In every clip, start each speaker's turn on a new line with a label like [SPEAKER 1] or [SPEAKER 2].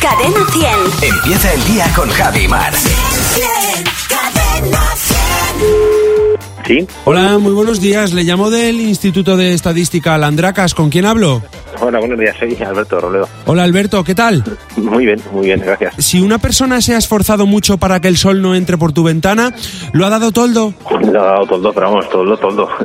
[SPEAKER 1] Cadena 100.
[SPEAKER 2] Empieza el día con Javi Mar.
[SPEAKER 1] Cadena 100.
[SPEAKER 3] Sí,
[SPEAKER 4] Hola, muy buenos días. Le llamo del Instituto de Estadística Landracas. ¿Con quién hablo?
[SPEAKER 3] hola, buenos días, soy Alberto Robledo.
[SPEAKER 4] Hola, Alberto, ¿qué tal?
[SPEAKER 3] Muy bien, muy bien, gracias.
[SPEAKER 4] Si una persona se ha esforzado mucho para que el sol no entre por tu ventana, lo ha dado toldo.
[SPEAKER 3] Lo ha dado toldo, pero vamos, toldo, toldo.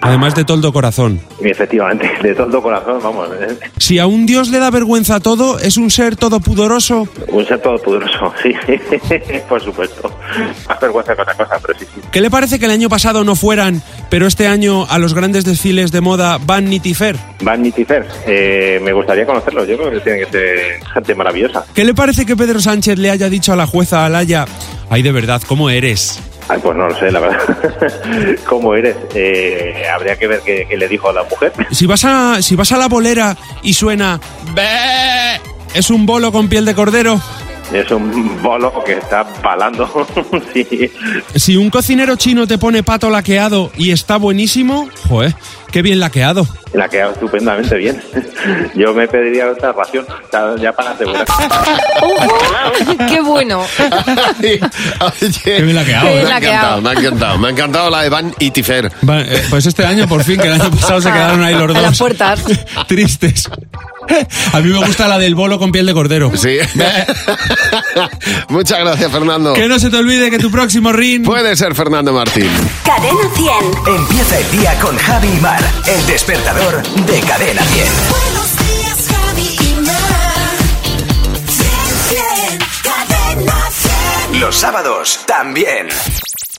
[SPEAKER 4] Además de toldo corazón.
[SPEAKER 3] Y efectivamente, de toldo corazón, vamos. ¿eh?
[SPEAKER 4] Si a un dios le da vergüenza todo, es un ser todo pudoroso.
[SPEAKER 3] Un ser todopoderoso, sí, por supuesto. Más vergüenza que otra cosa, pero sí, sí.
[SPEAKER 4] ¿Qué le parece que el año pasado no fueran, pero este año a los grandes desfiles de moda van Nitifer?
[SPEAKER 3] Vanity Fair, eh, me gustaría conocerlo, yo creo que tiene que ser gente maravillosa.
[SPEAKER 4] ¿Qué le parece que Pedro Sánchez le haya dicho a la jueza Alaya, ay de verdad, ¿cómo eres?
[SPEAKER 3] Ay, pues no lo sé, la verdad. ¿Cómo eres? Eh, habría que ver qué, qué le dijo a la mujer.
[SPEAKER 4] Si vas a, si vas a la bolera y suena... "Bé", Es un bolo con piel de cordero.
[SPEAKER 3] Es un bolo que está balando, sí.
[SPEAKER 4] Si un cocinero chino te pone pato laqueado y está buenísimo, joder, qué bien laqueado.
[SPEAKER 3] La queda estupendamente bien. Yo me pediría otra ración, ya- ya para asegurar.
[SPEAKER 5] Qué bueno.
[SPEAKER 6] Ay, oye.
[SPEAKER 4] Qué bien la que hago.
[SPEAKER 5] Qué
[SPEAKER 6] Me
[SPEAKER 5] bien
[SPEAKER 6] ha
[SPEAKER 5] la que hago.
[SPEAKER 6] encantado, me ha encantado. Me ha encantado la de Van y Tifer.
[SPEAKER 4] Va, eh, pues este año, por fin, que el año pasado se quedaron ahí los
[SPEAKER 5] A
[SPEAKER 4] dos.
[SPEAKER 5] las puertas.
[SPEAKER 4] Tristes. A mí me gusta la del bolo con piel de cordero.
[SPEAKER 6] Sí. Muchas gracias, Fernando.
[SPEAKER 4] Que no se te olvide que tu próximo ring...
[SPEAKER 6] Puede ser Fernando Martín.
[SPEAKER 1] Cadena 100.
[SPEAKER 2] Empieza el día con Javi Mar. El despertador de Cadena 10.
[SPEAKER 1] Buenos días, Javi y Mar. Cadena 100.
[SPEAKER 2] Los sábados también.